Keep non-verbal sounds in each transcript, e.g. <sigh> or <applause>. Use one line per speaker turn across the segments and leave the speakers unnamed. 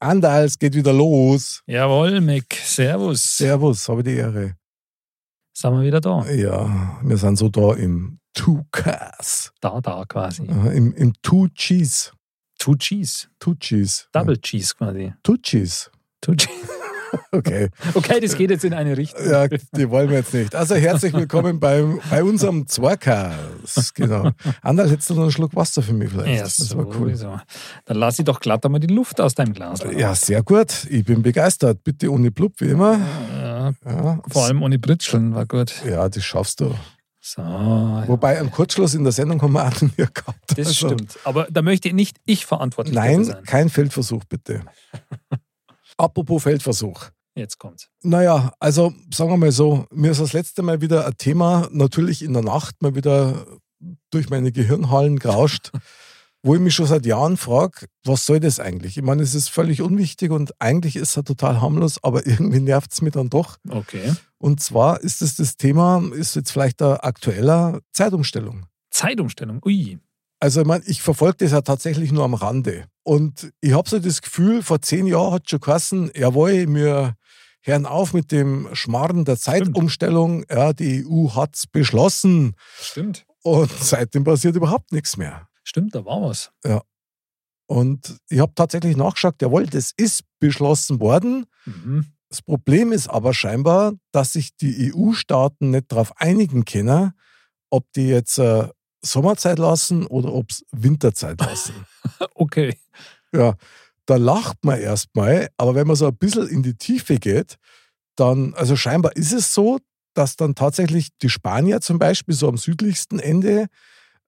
Andals geht wieder los.
Jawohl, Mick. Servus.
Servus, habe die Ehre.
Sind wir wieder da?
Ja, wir sind so da im Two Cars.
Da, da quasi.
Aha, Im, im Two Cheese.
Two Cheese.
Two Cheese.
Double Cheese quasi.
Two Cheese.
Two Cheese.
Okay.
<laughs> Okay, das geht jetzt in eine Richtung.
Ja, die wollen wir jetzt nicht. Also herzlich willkommen beim, bei unserem Zwarkas. Genau. Andal, hättest du noch einen Schluck Wasser für mich vielleicht?
Ja,
das war cool.
sowieso. Dann lass ich doch glatt einmal die Luft aus deinem Glas.
Ja, sehr gut. Ich bin begeistert. Bitte ohne Blub, wie immer.
Ja,
Ja,
vor allem ohne Britscheln war gut.
ja das schaffst du.
So. ja.
Wobei, einen Kurzschluss in der Sendung haben wir auch noch nie gehabt.
Das
Also,
stimmt. Aber da möchte nicht ich verantwortlich dafür
Nein,
sein.
kein Feldversuch bitte. Apropos Feldversuch.
Jetzt kommt's.
Naja, also sagen wir mal so, mir ist das letzte Mal wieder ein Thema, natürlich in der Nacht mal wieder durch meine Gehirnhallen grauscht, wo ich mich schon seit Jahren frage, was soll das eigentlich? Ich meine, es ist völlig unwichtig und eigentlich ist es total harmlos, aber irgendwie nervt es mich dann doch.
Okay.
Und zwar ist es das Thema, ist jetzt vielleicht ein aktueller Zeitumstellung.
Zeitumstellung. Ui.
Also ich, mein, ich verfolge das ja tatsächlich nur am Rande. Und ich habe so das Gefühl, vor zehn Jahren hat schon geheißen, jawohl, wir hören auf mit dem Schmarren der Zeitumstellung. Ja, die EU hat es beschlossen
Stimmt.
und <laughs> seitdem passiert überhaupt nichts mehr.
Stimmt, da war was.
Und ich habe tatsächlich nachgeschaut, jawohl, das ist beschlossen worden.
Mhm.
Das Problem ist aber scheinbar, dass sich die EU-Staaten nicht darauf einigen können, ob die jetzt äh, Sommerzeit lassen oder ob es Winterzeit lassen.
Okay.
Ja, da lacht man erstmal, aber wenn man so ein bisschen in die Tiefe geht, dann, also scheinbar ist es so, dass dann tatsächlich die Spanier zum Beispiel so am südlichsten Ende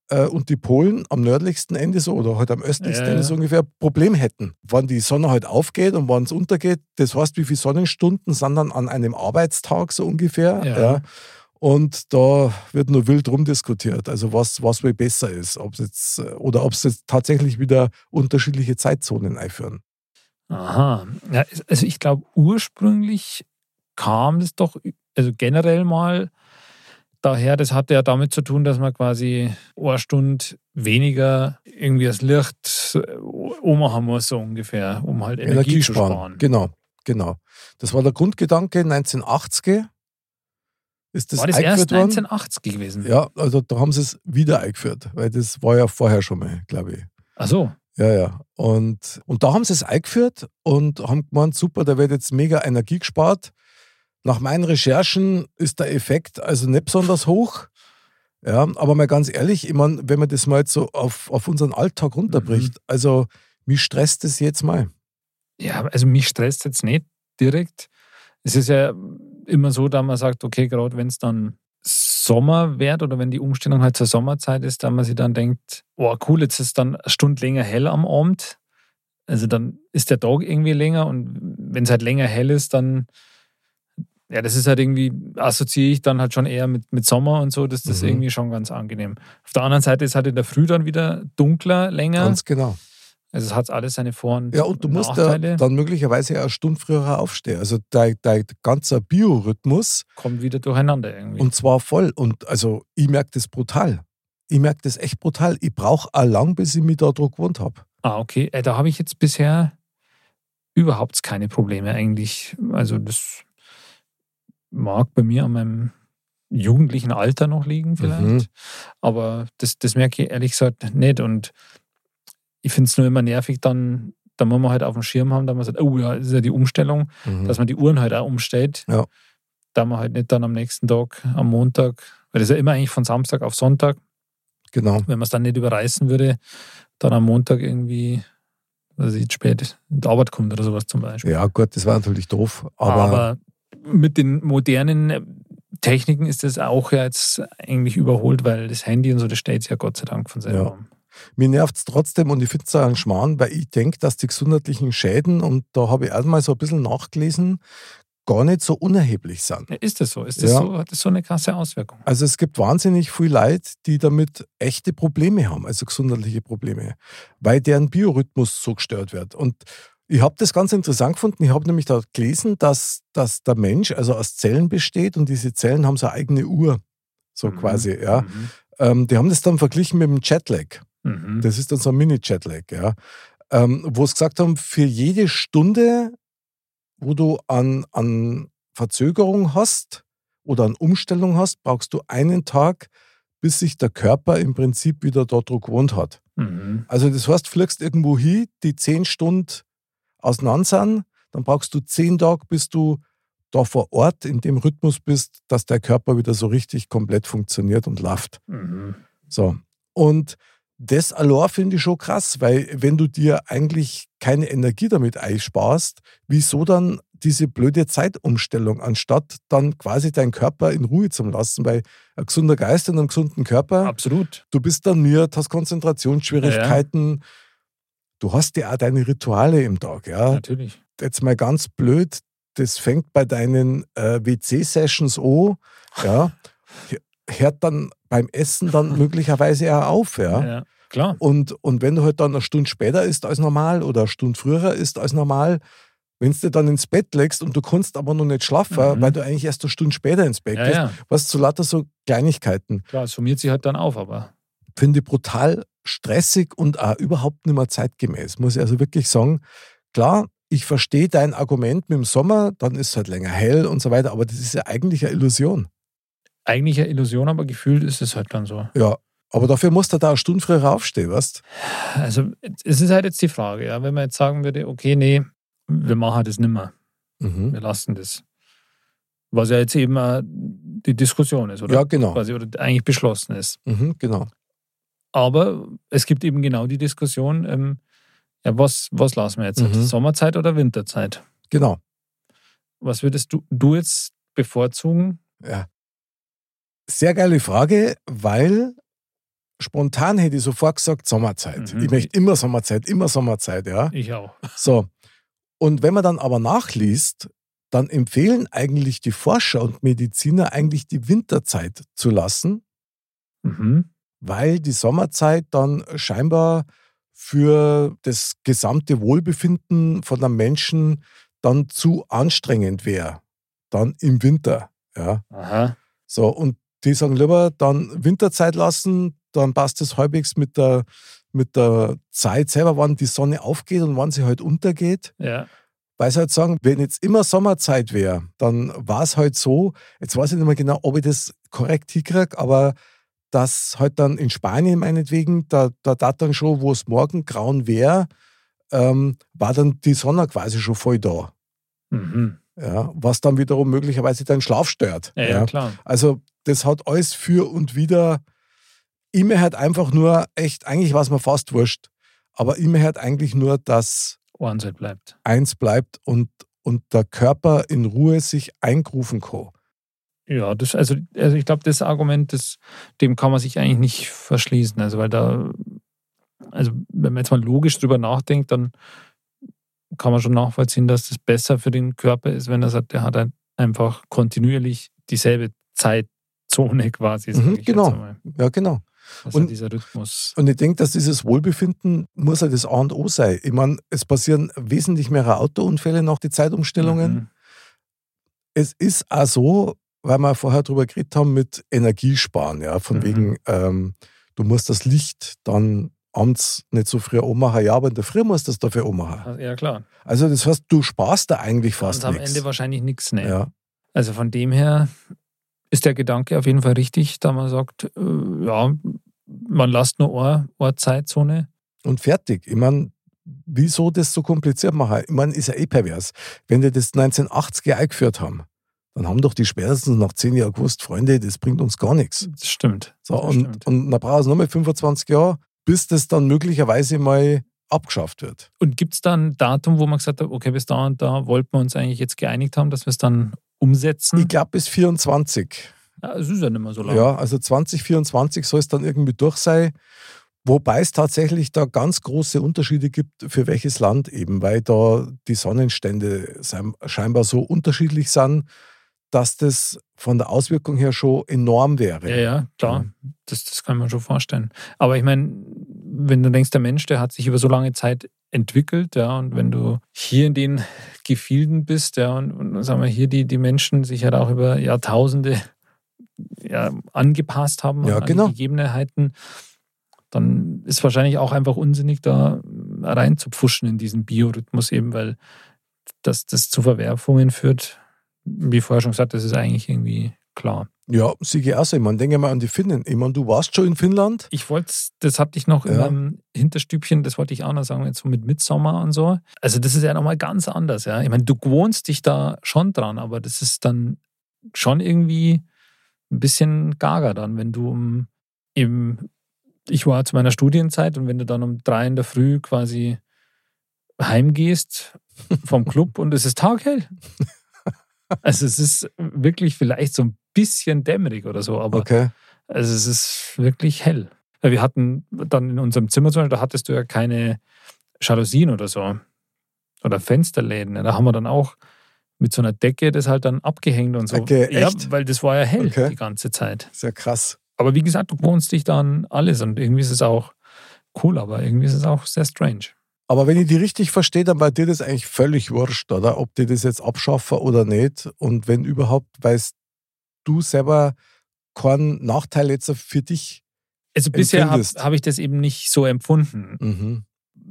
äh, und die Polen am nördlichsten Ende so oder halt am östlichsten
Ja,
Ende
ja.
so ungefähr Problem hätten. Wann die Sonne halt aufgeht und wann es untergeht, das heißt, wie viele Sonnenstunden sind dann an einem Arbeitstag so ungefähr.
Ja.
Ja. Und da wird nur wild rumdiskutiert, also was, was wohl besser ist, ob jetzt, äh, oder ob es jetzt tatsächlich wieder unterschiedliche Zeitzonen einführen.
Aha. Ja, es- also ich glaube, ursprünglich kam das doch, ü- also generell mal daher, das hatte ja damit zu tun, dass man quasi eine Stunde weniger irgendwie das Licht äh, umhaben muss, so ungefähr, um halt Energie, zu sparen.
Genau, genau. Das war der Grundgedanke 1980 ist das,
war das
eingeführt
erst
worden.
1980 gewesen?
Ja, also da haben sie es wieder eingeführt, weil das war ja vorher schon mal, glaube ich.
Ach so.
Ja, ja. Und, und da haben sie es eingeführt und haben gemeint, super, da wird jetzt mega Energie gespart. Nach meinen Recherchen ist der Effekt also nicht besonders hoch. Ja, aber mal ganz ehrlich, ich mein, wenn man das mal jetzt so auf, auf unseren Alltag runterbricht, also mich stresst das jetzt mal.
Ja, also mich stresst jetzt nicht direkt. Es ist ja immer so, da man sagt, okay, gerade wenn es dann Sommer wird oder wenn die Umstellung halt zur Sommerzeit ist, da man sich dann denkt, oh cool, jetzt ist dann eine Stunde länger hell am Abend. Also dann ist der Tag irgendwie länger und wenn es halt länger hell ist, dann ja, das ist halt irgendwie, assoziiere ich dann halt schon eher mit, mit Sommer und so, dass das
Mhm.
irgendwie schon ganz angenehm. Auf der anderen Seite ist halt in der Früh dann wieder dunkler, länger.
Ganz genau.
also es hat alles seine Vor- und
Ja, und du musst ja
Nachteile.
dann möglicherweise ja eine Stunde früher aufstehen. Also dein, dein ganzer Biorhythmus
kommt wieder durcheinander irgendwie.
Und zwar voll. Und also ich merke das brutal. Ich merke das echt brutal. Ich brauche auch lang, bis ich mich da dran gewohnt habe.
ah, okay. Äh, da habe ich jetzt bisher überhaupt keine Probleme eigentlich. Also das mag bei mir an meinem jugendlichen Alter noch liegen vielleicht.
Mhm.
Aber das, das merke ich ehrlich gesagt nicht. Und ich finde es nur immer nervig, dann, dann muss man halt auf dem Schirm haben, da man sagt, oh ja, das ist ja die Umstellung, dass man die Uhren halt auch umstellt.
Mhm. Ja.
Da man halt nicht dann am nächsten Tag, am Montag, weil das ist ja immer eigentlich von Samstag auf Sonntag,
Genau.
wenn man es dann nicht überreißen würde, dann am Montag irgendwie, also jetzt spät in die Arbeit kommt oder sowas zum Beispiel.
Ja, gut, das war natürlich doof. Aber,
Aber, mit den modernen Techniken ist das auch ja jetzt eigentlich überholt, weil das Handy und so, das stellt sich ja Gott sei Dank von selber
Ja.
um.
mir nervt es trotzdem und ich finde es einen Schmarrn, weil ich denke, dass die gesundheitlichen Schäden, und da habe ich auch mal so ein bisschen nachgelesen, gar nicht so unerheblich sind.
Ja, Ist das so? Ist das
Ja.
so? Hat das so eine krasse Auswirkung?
Also es gibt wahnsinnig viel Leute, die damit echte Probleme haben, also gesundheitliche Probleme, weil deren Biorhythmus so gestört wird. Und ich habe das ganz interessant gefunden. Ich habe nämlich da gelesen, dass, dass der Mensch also aus Zellen besteht und diese Zellen haben so eine eigene Uhr, so
Mhm.
quasi. Ja.
Mhm.
Ähm, die haben das dann verglichen mit dem Jetlag.
Mhm.
Das ist dann so ein Mini-Jetlag. Ja. ähm, wo es gesagt haben, für jede Stunde, wo du an, an Verzögerung hast oder an Umstellung hast, brauchst du einen Tag, bis sich der Körper im Prinzip wieder dort gewohnt hat.
Mhm.
Also das heißt, fliegst irgendwo hin, die zehn Stunden auseinander sind, dann brauchst du zehn Tage, bis du da vor Ort in dem Rhythmus bist, dass der Körper wieder so richtig komplett funktioniert und läuft.
Mhm.
So. Und das allein finde ich schon krass, weil wenn du dir eigentlich keine Energie damit einsparst, wieso dann diese blöde Zeitumstellung, anstatt dann quasi deinen Körper in Ruhe zu lassen, weil ein gesunder Geist in einem gesunden Körper,
Absolut.
du bist dann mir, hast Konzentrationsschwierigkeiten, du hast ja auch deine Rituale im Tag, ja
Natürlich.
jetzt mal ganz blöd, das fängt bei deinen äh, WC-Sessions an, ja, hört dann beim Essen
<laughs>
dann möglicherweise auch auf, ja.
Ja, klar.
Und, und wenn du halt dann eine Stunde später isst als normal oder eine Stunde früher isst als normal, wenn du dann ins Bett legst und du kannst aber noch nicht schlafen,
Mhm.
weil du eigentlich erst eine Stunde später ins Bett
Ja,
gehst,
ja,
was zu lauter so Kleinigkeiten,
klar. Es summiert sich halt dann auf, aber
finde ich brutal stressig und auch überhaupt nicht mehr zeitgemäß, muss ich also wirklich sagen. Klar, ich verstehe dein Argument mit dem Sommer, dann ist es halt länger hell und so weiter, aber das ist ja eigentlich eine Illusion.
eigentlich eine Illusion, aber gefühlt ist es halt dann so.
Ja, aber dafür musst du da eine Stunde früher aufstehen, weißt
Also es ist halt jetzt die Frage, ja, wenn man jetzt sagen würde, okay, nee, wir machen das nimmer,
mhm.
wir lassen das. Was ja jetzt eben äh, die Diskussion ist, oder?
Ja, genau.
Quasi, oder eigentlich beschlossen ist.
Mhm, genau.
Aber es gibt eben genau die Diskussion, ähm, ja, was, was lassen wir jetzt?
Mhm.
Sommerzeit oder Winterzeit?
Genau.
Was würdest du, du jetzt bevorzugen?
Ja. Sehr geile Frage, weil spontan hätte ich sofort gesagt Sommerzeit.
Mhm.
Ich möchte immer Sommerzeit, immer Sommerzeit, ja.
Ich auch.
So. Und wenn man dann aber nachliest, dann empfehlen eigentlich die Forscher und Mediziner eigentlich die Winterzeit zu lassen,
Mhm.
weil die Sommerzeit dann scheinbar für das gesamte Wohlbefinden von einem Menschen dann zu anstrengend wäre. Dann im Winter. Ja.
Aha.
So, und die sagen lieber dann Winterzeit lassen, dann passt es halbwegs mit der, mit der Zeit selber, wann die Sonne aufgeht und wann sie halt untergeht.
Ja.
Weil sie halt sagen, wenn jetzt immer Sommerzeit wäre, dann war es halt so, jetzt weiß ich nicht mehr genau, ob ich das korrekt hinkriege, aber dass halt dann in Spanien meinetwegen, da, da tat dann schon, wo es morgen grauen wäre, ähm, war dann die Sonne quasi schon voll da.
Mhm.
Ja, was dann wiederum möglicherweise deinen Schlaf stört.
Ja, ja, klar.
Also das hat alles für und wieder. Immer hat einfach nur echt, eigentlich war es mir fast wurscht, aber immer hat eigentlich nur, dass
Ohrenzeit bleibt.
eins bleibt und, und der Körper in Ruhe sich eingrufen kann.
Ja, das, also, also ich glaube, das Argument, das, dem kann man sich eigentlich nicht verschließen. Also, weil da, also wenn man jetzt mal logisch drüber nachdenkt, dann kann man schon nachvollziehen, dass das besser für den Körper ist, wenn er sagt, der hat halt einfach kontinuierlich dieselbe Zeitzone quasi. sag
Mhm,
ich jetzt
genau.
einmal.
Ja, genau.
Also
Und-
dieser Rhythmus.
Und ich denke, dass dieses Wohlbefinden muss ja das A und O sein. Ich meine, es passieren wesentlich mehr Autounfälle nach den Zeitumstellungen.
Mhm.
Es ist auch so, weil wir vorher drüber geredet haben, mit Energiesparen, ja, von
Mhm.
wegen, ähm, du musst das Licht dann abends nicht so früh ummachen, ja, aber in der Früh musst du das dafür ummachen.
Mhm. Ja, klar.
Also das heißt, du sparst da eigentlich fast
Und am
nichts.
Ende wahrscheinlich nichts. Ne?
ja.
Also von dem her ist der Gedanke auf jeden Fall richtig, da man sagt, äh, ja, man lasst nur eine, eine Zeitzone.
und fertig. Ich meine, wieso das so kompliziert machen? Ich meine, ist ja eh pervers. Wenn die das 1980er eingeführt haben, dann haben doch die spätestens nach zehn Jahren gewusst, Freunde, das bringt uns gar nichts.
Das stimmt.
So,
Hm, Das
und,
stimmt.
und dann braucht es nochmal 25 Jahre, bis das dann möglicherweise mal abgeschafft wird.
und gibt es da ein Datum, wo man gesagt hat, okay, bis da und da wollten wir uns eigentlich jetzt geeinigt haben, dass wir es dann umsetzen?
Ich glaube, bis 24.
Ja, es ist ja nicht mehr so lange.
Ja, also 2024 soll es dann irgendwie durch sein. Wobei es tatsächlich da ganz große Unterschiede gibt, für welches Land eben, weil da die Sonnenstände sein- scheinbar so unterschiedlich sind, dass das von der Auswirkung her schon enorm wäre. Mhm.
Ja, ja, klar. Das, das kann man schon vorstellen. Aber ich meine, wenn du denkst, der Mensch, der hat sich über so lange Zeit entwickelt, ja, und wenn du hier in den Gefilden bist, ja, und, und sagen wir hier, die, die Menschen sich halt auch über Jahrtausende ja, angepasst haben
Ja,
an
genau.
die Gegebenheiten, dann ist wahrscheinlich auch einfach unsinnig, da reinzupfuschen in diesen Biorhythmus eben, weil dass das zu Verwerfungen führt, wie vorher schon gesagt, das ist eigentlich irgendwie klar.
Ja, Sigi Asse, man denke mal an die Finnen. Ich meine, du warst schon in Finnland.
Ich wollte, das hatte ich noch in
Ja.
meinem Hinterstübchen, das wollte ich auch noch sagen, jetzt so mit Midsommer und so. Also das ist ja nochmal ganz anders, ja. Ich meine, du gewohnst dich da schon dran, aber das ist dann schon irgendwie ein bisschen gaga dann, wenn du um eben, ich war zu meiner Studienzeit und wenn du dann um drei in der Früh quasi heimgehst vom Club und es
<laughs>
ist taghell. Also es ist wirklich vielleicht so ein bisschen dämmerig oder so, aber
Okay.
also es ist wirklich hell. Ja, Wir hatten dann in unserem Zimmer zum Beispiel, da hattest du ja keine Jalousien oder so. Oder Fensterläden. Ja, Da haben wir dann auch mit so einer Decke das halt dann abgehängt und so.
Okay,
ja,
echt?
weil das war ja hell
Okay.
die ganze Zeit.
Sehr krass.
Aber wie gesagt, du wohnst dich dann alles und irgendwie ist es auch cool, aber irgendwie ist es auch sehr strange.
Aber wenn ich die richtig verstehe, dann war dir das eigentlich völlig wurscht, oder? Ob die das jetzt abschaffen oder nicht. Und wenn überhaupt, weißt du selber keinen Nachteil jetzt für dich.
Also bisher habe
Empfindest.
hab ich das eben nicht so empfunden.
Mhm.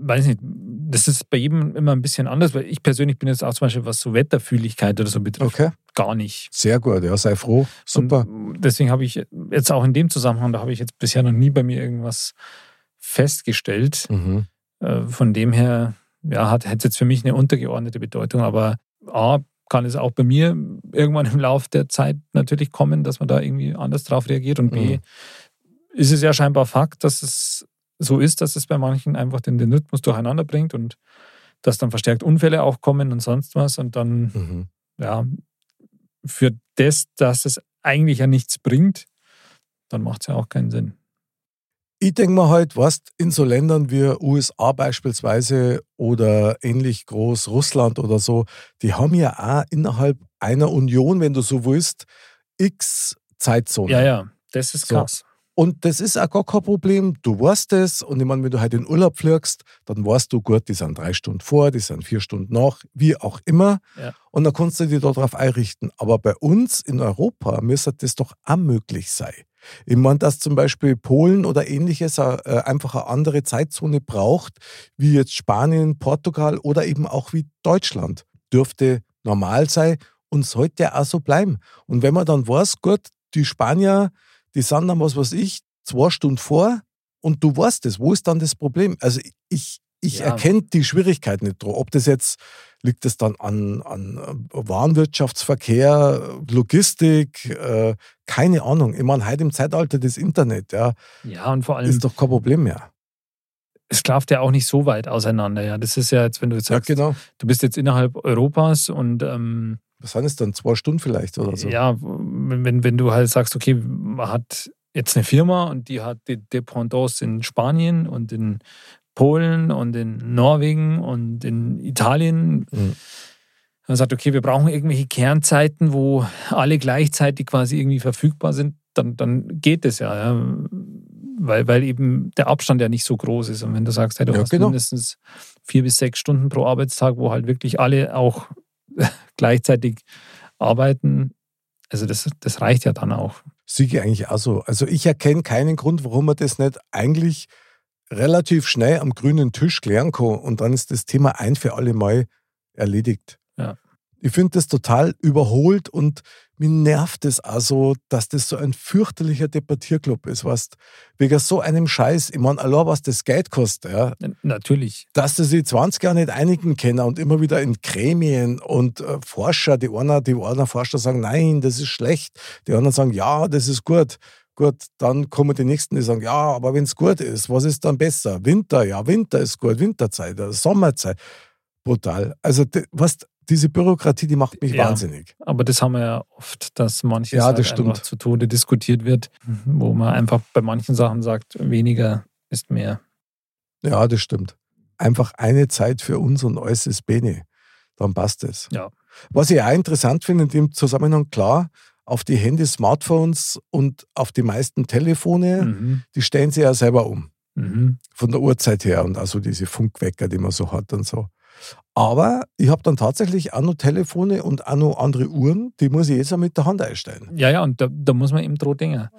weiß nicht, das ist bei jedem immer ein bisschen anders, weil ich persönlich bin jetzt auch zum Beispiel, was so Wetterfühligkeit oder so betrifft,
Okay.
gar nicht.
Sehr gut, ja, sei froh. Super.
Und deswegen habe ich jetzt auch in dem Zusammenhang, da habe ich jetzt bisher noch nie bei mir irgendwas festgestellt.
Mhm.
Äh, Von dem her, ja, hat es jetzt für mich eine untergeordnete Bedeutung, aber A, kann es auch bei mir irgendwann im Lauf der Zeit natürlich kommen, dass man da irgendwie anders drauf reagiert und B,
Mhm.
ist es ja scheinbar Fakt, dass es so ist, dass es bei manchen einfach den, den Rhythmus durcheinander bringt und dass dann verstärkt Unfälle auch kommen und sonst was und dann,
Mhm.
ja, für das, dass es eigentlich ja nichts bringt, dann macht es ja auch keinen Sinn.
Ich denke mir halt, weißt in so Ländern wie USA beispielsweise oder ähnlich groß Russland oder so, die haben ja auch innerhalb einer Union, wenn du so willst, x Zeitzonen.
Ja, ja, das ist
So.
krass.
Und das ist auch gar kein Problem. Du weißt es. Und ich meine, wenn du halt in Urlaub fliegst, dann weißt du, gut, die sind drei Stunden vor, die sind vier Stunden nach, wie auch immer.
Ja.
Und dann kannst du dich darauf einrichten. Aber bei uns in Europa müsste das doch auch möglich sein. Ich meine, dass zum Beispiel Polen oder ähnliches äh, einfach eine andere Zeitzone braucht, wie jetzt Spanien, Portugal oder eben auch wie Deutschland, dürfte normal sein und sollte auch so bleiben. Und wenn man dann weiß, gut, die Spanier die sind dann, was weiß ich, zwei Stunden vor und du weißt es. Wo ist dann das Problem? Also ich, ich
Ja.
erkenne die Schwierigkeit nicht dran. Ob das jetzt, liegt das dann an, an Warenwirtschaftsverkehr, Logistik, äh, keine Ahnung. Ich meine, heute im Zeitalter des Internet, ja,
Ja, und vor allem,
ist doch kein Problem mehr.
es klafft ja auch nicht so weit auseinander. Ja, das ist ja jetzt, wenn du jetzt
Ja,
sagst,
genau.
du bist jetzt innerhalb Europas und ähm,
Was sind es dann? Zwei Stunden vielleicht oder so?
ja, wenn, wenn- wenn du halt sagst, okay, man hat jetzt eine Firma und die hat die Dependance in Spanien und in Polen und in Norwegen und in Italien.
Mhm.
Man sagt, okay, wir brauchen irgendwelche Kernzeiten, wo alle gleichzeitig quasi irgendwie verfügbar sind, dann, dann geht es ja, ja. Weil, weil eben der Abstand ja nicht so groß ist. Und wenn du sagst, hey, du
Ja,
hast
genau.
mindestens vier bis sechs Stunden pro Arbeitstag, wo halt wirklich alle auch <laughs> gleichzeitig arbeiten, also das, das reicht ja dann auch.
Siege eigentlich auch so. Also ich erkenne keinen Grund, warum man das nicht eigentlich relativ schnell am grünen Tisch klären kann und dann ist das Thema ein für alle Mal erledigt.
Ja.
Ich finde das total überholt und mir nervt es das auch so, dass das so ein fürchterlicher Debattierclub ist, was wegen so einem Scheiß, ich meine, allein was das Geld kostet, ja,
N- Natürlich.
dass sie sich 20 Jahre nicht einigen können und immer wieder in Gremien und äh, Forscher, die einen, die einen Forscher sagen, nein, das ist schlecht. Die anderen sagen, ja, das ist gut. Gut, dann kommen die Nächsten, die sagen, ja, aber wenn es gut ist, was ist dann besser? Winter, ja, Winter ist gut, Winterzeit, äh, Sommerzeit. Brutal. Also, de- was, diese Bürokratie, die macht mich
Ja.
wahnsinnig.
Aber das haben wir ja oft, dass manches
Ja,
halt
das
einfach
stimmt.
zu Tode diskutiert wird, wo man einfach bei manchen Sachen sagt, weniger ist mehr.
Ja, das stimmt. Einfach eine Zeit für uns und alles ist Bene. Dann passt es.
Ja.
Was ich auch interessant finde in dem Zusammenhang, klar, auf die Handys, Smartphones und auf die meisten Telefone,
Mhm.
die stellen sie ja selber um.
Mhm.
Von der Uhrzeit her und also diese Funkwecker, die man so hat und so. Aber ich habe dann tatsächlich auch noch Telefone und auch noch andere Uhren, die muss ich jetzt auch mit der Hand einstellen.
Ja, ja, und da, da muss man eben droh Dinge.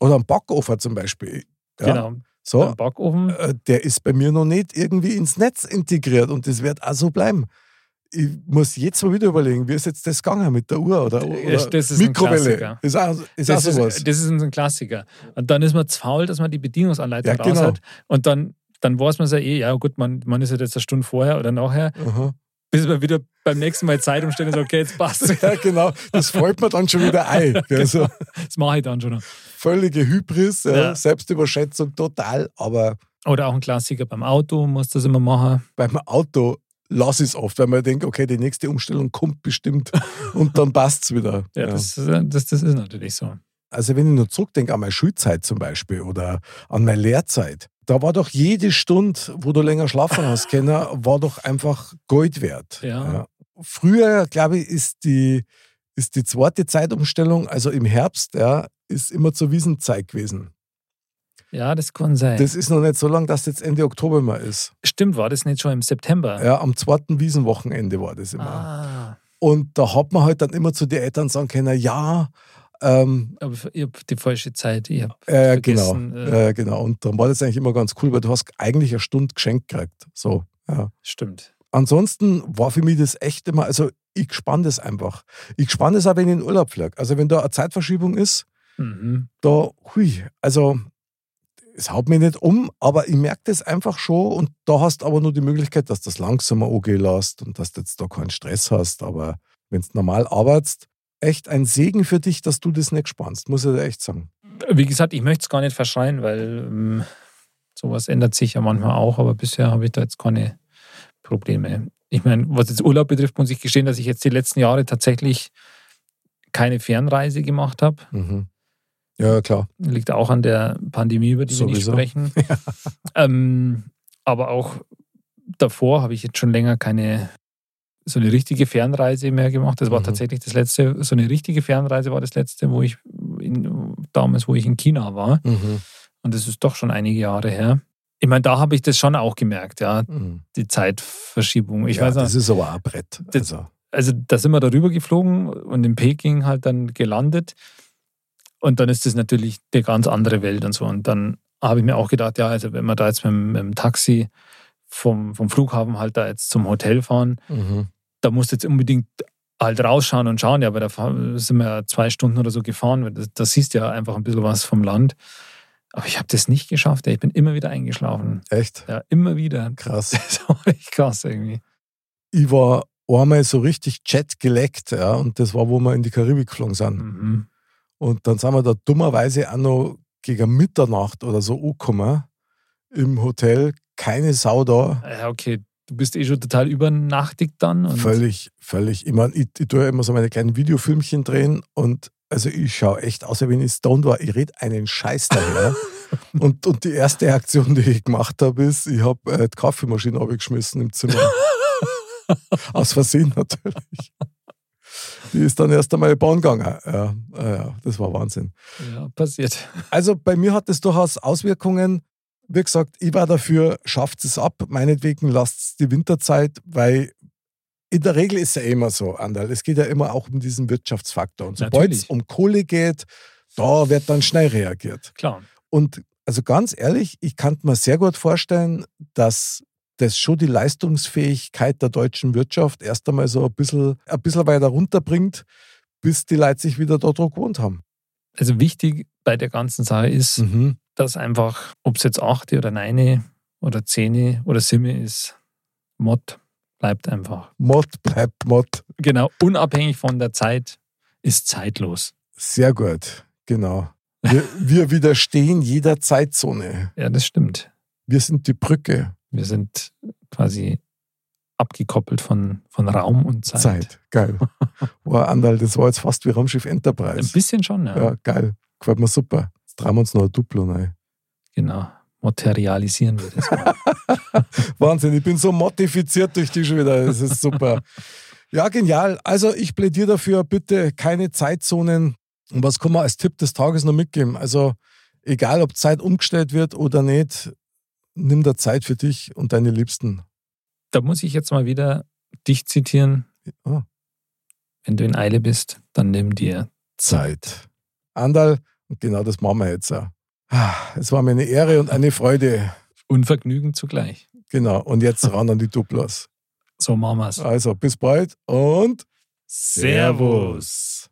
Oder einen Backofen zum Beispiel. Ja,
Genau.
So,
Beim Backofen.
äh, der ist bei mir noch nicht irgendwie ins Netz integriert und das wird auch so bleiben. Ich muss jetzt mal wieder überlegen, wie ist jetzt das gegangen mit der Uhr oder, oder
Das- das ist ein
Mikrowelle?
Klassiker.
Ist auch, ist auch
Das
sowas.
ist, äh, das ist ein Klassiker. Und dann ist man zu faul, dass man die
Ja,
Bedienungsanleitung raus
genau.
hat. Und dann, dann weiß man es ja eh, ja gut, man, man ist halt jetzt eine Stunde vorher oder nachher,
Aha. <laughs>
bis man wieder beim nächsten Mal Zeit umstellt und sagt, okay, jetzt passt
Ja, genau. Das fällt mir dann schon wieder ein.
<laughs> Genau.
Gell? So,
Das mache ich dann schon. noch.
völlige Hybris, ja.
Ja.
Selbstüberschätzung total. Aber
Oder auch ein Klassiker beim Auto, muss das immer machen.
beim Auto lasse ich es oft, weil man denkt, okay, die nächste Umstellung kommt
<laughs>
bestimmt und dann passt es wieder.
Ja,
Ja.
Das, das, das ist natürlich so.
Also wenn ich nur zurückdenke an meine Schulzeit zum Beispiel oder an meine Lehrzeit, da war doch jede Stunde, wo du länger schlafen
<laughs>
hast, Kenner, war doch einfach Gold wert.
Ja.
Früher, glaube ich, ist die, ist die zweite Zeitumstellung, also im Herbst, ja, ist immer zur Wiesenzeit gewesen.
Ja, das kann sein.
Das ist noch nicht so lang, dass jetzt Ende Oktober mal ist.
Stimmt, war das nicht schon im September?
Ja, am zweiten Wiesenwochenende war das immer.
Ah,
Und da hat man halt dann immer zu den Eltern sagen können, ja, ähm,
aber ich habe die falsche Zeit. Ich hab
äh, genau,
vergessen, äh,
äh, genau. Und dann war das eigentlich immer ganz cool, weil du hast eigentlich eine Stunde geschenkt gekriegt. So, ja.
Stimmt.
Ansonsten war für mich das echt immer, also ich spann das einfach. Ich spann das auch, wenn ich in den Urlaub fliege. Also wenn da eine Zeitverschiebung ist,
Mhm.
da, hui, also es haut mich nicht um, aber ich merke das einfach schon und da hast aber nur die Möglichkeit, dass du das langsamer angehen lässt und dass du jetzt da keinen Stress hast, aber wenn du normal arbeitest, echt ein Segen für dich, dass du das nicht spannst, muss ich dir echt sagen.
Wie gesagt, ich möchte es gar nicht verschreien, weil ähm, sowas ändert sich ja manchmal auch, aber bisher habe ich da jetzt keine Probleme. Ich meine, was jetzt Urlaub betrifft, muss ich gestehen, dass ich jetzt die letzten Jahre tatsächlich keine Fernreise gemacht habe.
Mhm. Ja, klar.
Liegt auch an der Pandemie, über die wir nicht
Sowieso. <laughs>
sprechen. Ähm, aber auch davor habe ich jetzt schon länger keine so eine richtige Fernreise mehr gemacht. Das war
Mhm.
tatsächlich das letzte, so eine richtige Fernreise war das letzte, wo ich in, damals, wo ich in China war.
Mhm.
Und das ist doch schon einige Jahre her. Ich meine, da habe ich das schon auch gemerkt, ja,
Mhm.
die Zeitverschiebung. Ich
ja,
weiß
das
noch,
ist aber auch ein Brett.
Das-
also,
also da sind wir darüber geflogen und in Peking halt dann gelandet. Und dann ist das natürlich eine ganz andere Welt und so. Und dann habe ich mir auch gedacht, ja, also wenn wir da jetzt mit, dem- mit dem Taxi vom, vom Flughafen halt da jetzt zum Hotel fahren,
mhm.
da musst du jetzt unbedingt halt rausschauen und schauen. Ja, aber da fahr- sind wir ja zwei Stunden oder so gefahren. Da, da siehst du ja einfach ein bisschen was vom Land. Aber ich habe das nicht geschafft. Ey. Ich bin immer wieder eingeschlafen.
Echt
Ja, immer wieder. <laughs>
krass.
Das war echt krass irgendwie.
Ich war einmal so richtig Chat geleckt, ja, und das war, wo wir in die Karibik geflogen sind.
Mhm.
Und dann sind wir da dummerweise auch noch gegen Mitternacht oder so angekommen im Hotel. Keine Sau da.
Ja, okay, du bist eh schon total übernachtigt dann. Und
Völlig, völlig. Ich meine, ich, ich tue ja immer so meine kleinen Videofilmchen drehen und also ich schaue echt aus, wie wenn ich stoned war. Ich rede einen Scheiß daher. und, und die erste Aktion, die ich gemacht habe, ist, ich habe äh, die Kaffeemaschine abgeschmissen im Zimmer. Aus Versehen natürlich. Die ist dann erst einmal in die Bahn gegangen. Ja, ja, das war Wahnsinn.
Ja, passiert.
Also bei mir hat es durchaus Auswirkungen. Wie gesagt, ich war dafür, schafft es ab. Meinetwegen lasst es die Winterzeit, weil in der Regel ist ja immer so, Andal. Es geht ja immer auch um diesen Wirtschaftsfaktor. Und sobald es
Natürlich.
um Kohle geht, da wird dann schnell reagiert.
Klar.
Und also ganz ehrlich, ich kann mir sehr gut vorstellen, dass das schon die Leistungsfähigkeit der deutschen Wirtschaft erst einmal so ein bisschen, ein bisschen weiter runterbringt, bis die Leute sich wieder dort gewohnt haben.
Also wichtig bei der ganzen Sache ist,
Mhm.
dass einfach, ob es jetzt 8 oder 9 oder 10 oder Simme ist, Mod bleibt einfach.
Mod bleibt Mod.
Genau, unabhängig von der Zeit ist zeitlos.
Sehr gut, genau. Wir,
<laughs>
wir widerstehen jeder Zeitzone.
Ja, das stimmt.
Wir sind die Brücke
Wir sind quasi abgekoppelt von, von Raum und Zeit.
Zeit. Geil. Wow, Andal, das war jetzt fast wie Raumschiff
Ein
Enterprise.
bisschen schon, ja.
Ja, geil. Gefällt mir super. Jetzt tragen wir uns noch ein Duplo rein.
Genau. Materialisieren wir das. mal.
Wahnsinn, ich bin so modifiziert durch dich schon wieder. Es ist super. Ja, genial. Also ich plädiere dafür, bitte keine Zeitzonen. Und was kann man als Tipp des Tages noch mitgeben? Also egal, ob Zeit umgestellt wird oder nicht, nimm da Zeit für dich und deine Liebsten.
da muss ich jetzt mal wieder dich zitieren.
Ah.
Wenn du in Eile bist, dann nimm dir
Zeit. Andal, und genau das machen wir jetzt auch. Es war mir eine Ehre und eine Freude.
Und Vergnügen zugleich.
Genau. Und jetzt ran an die Duplas.
So machen wir's.
Also, bis bald und
Servus.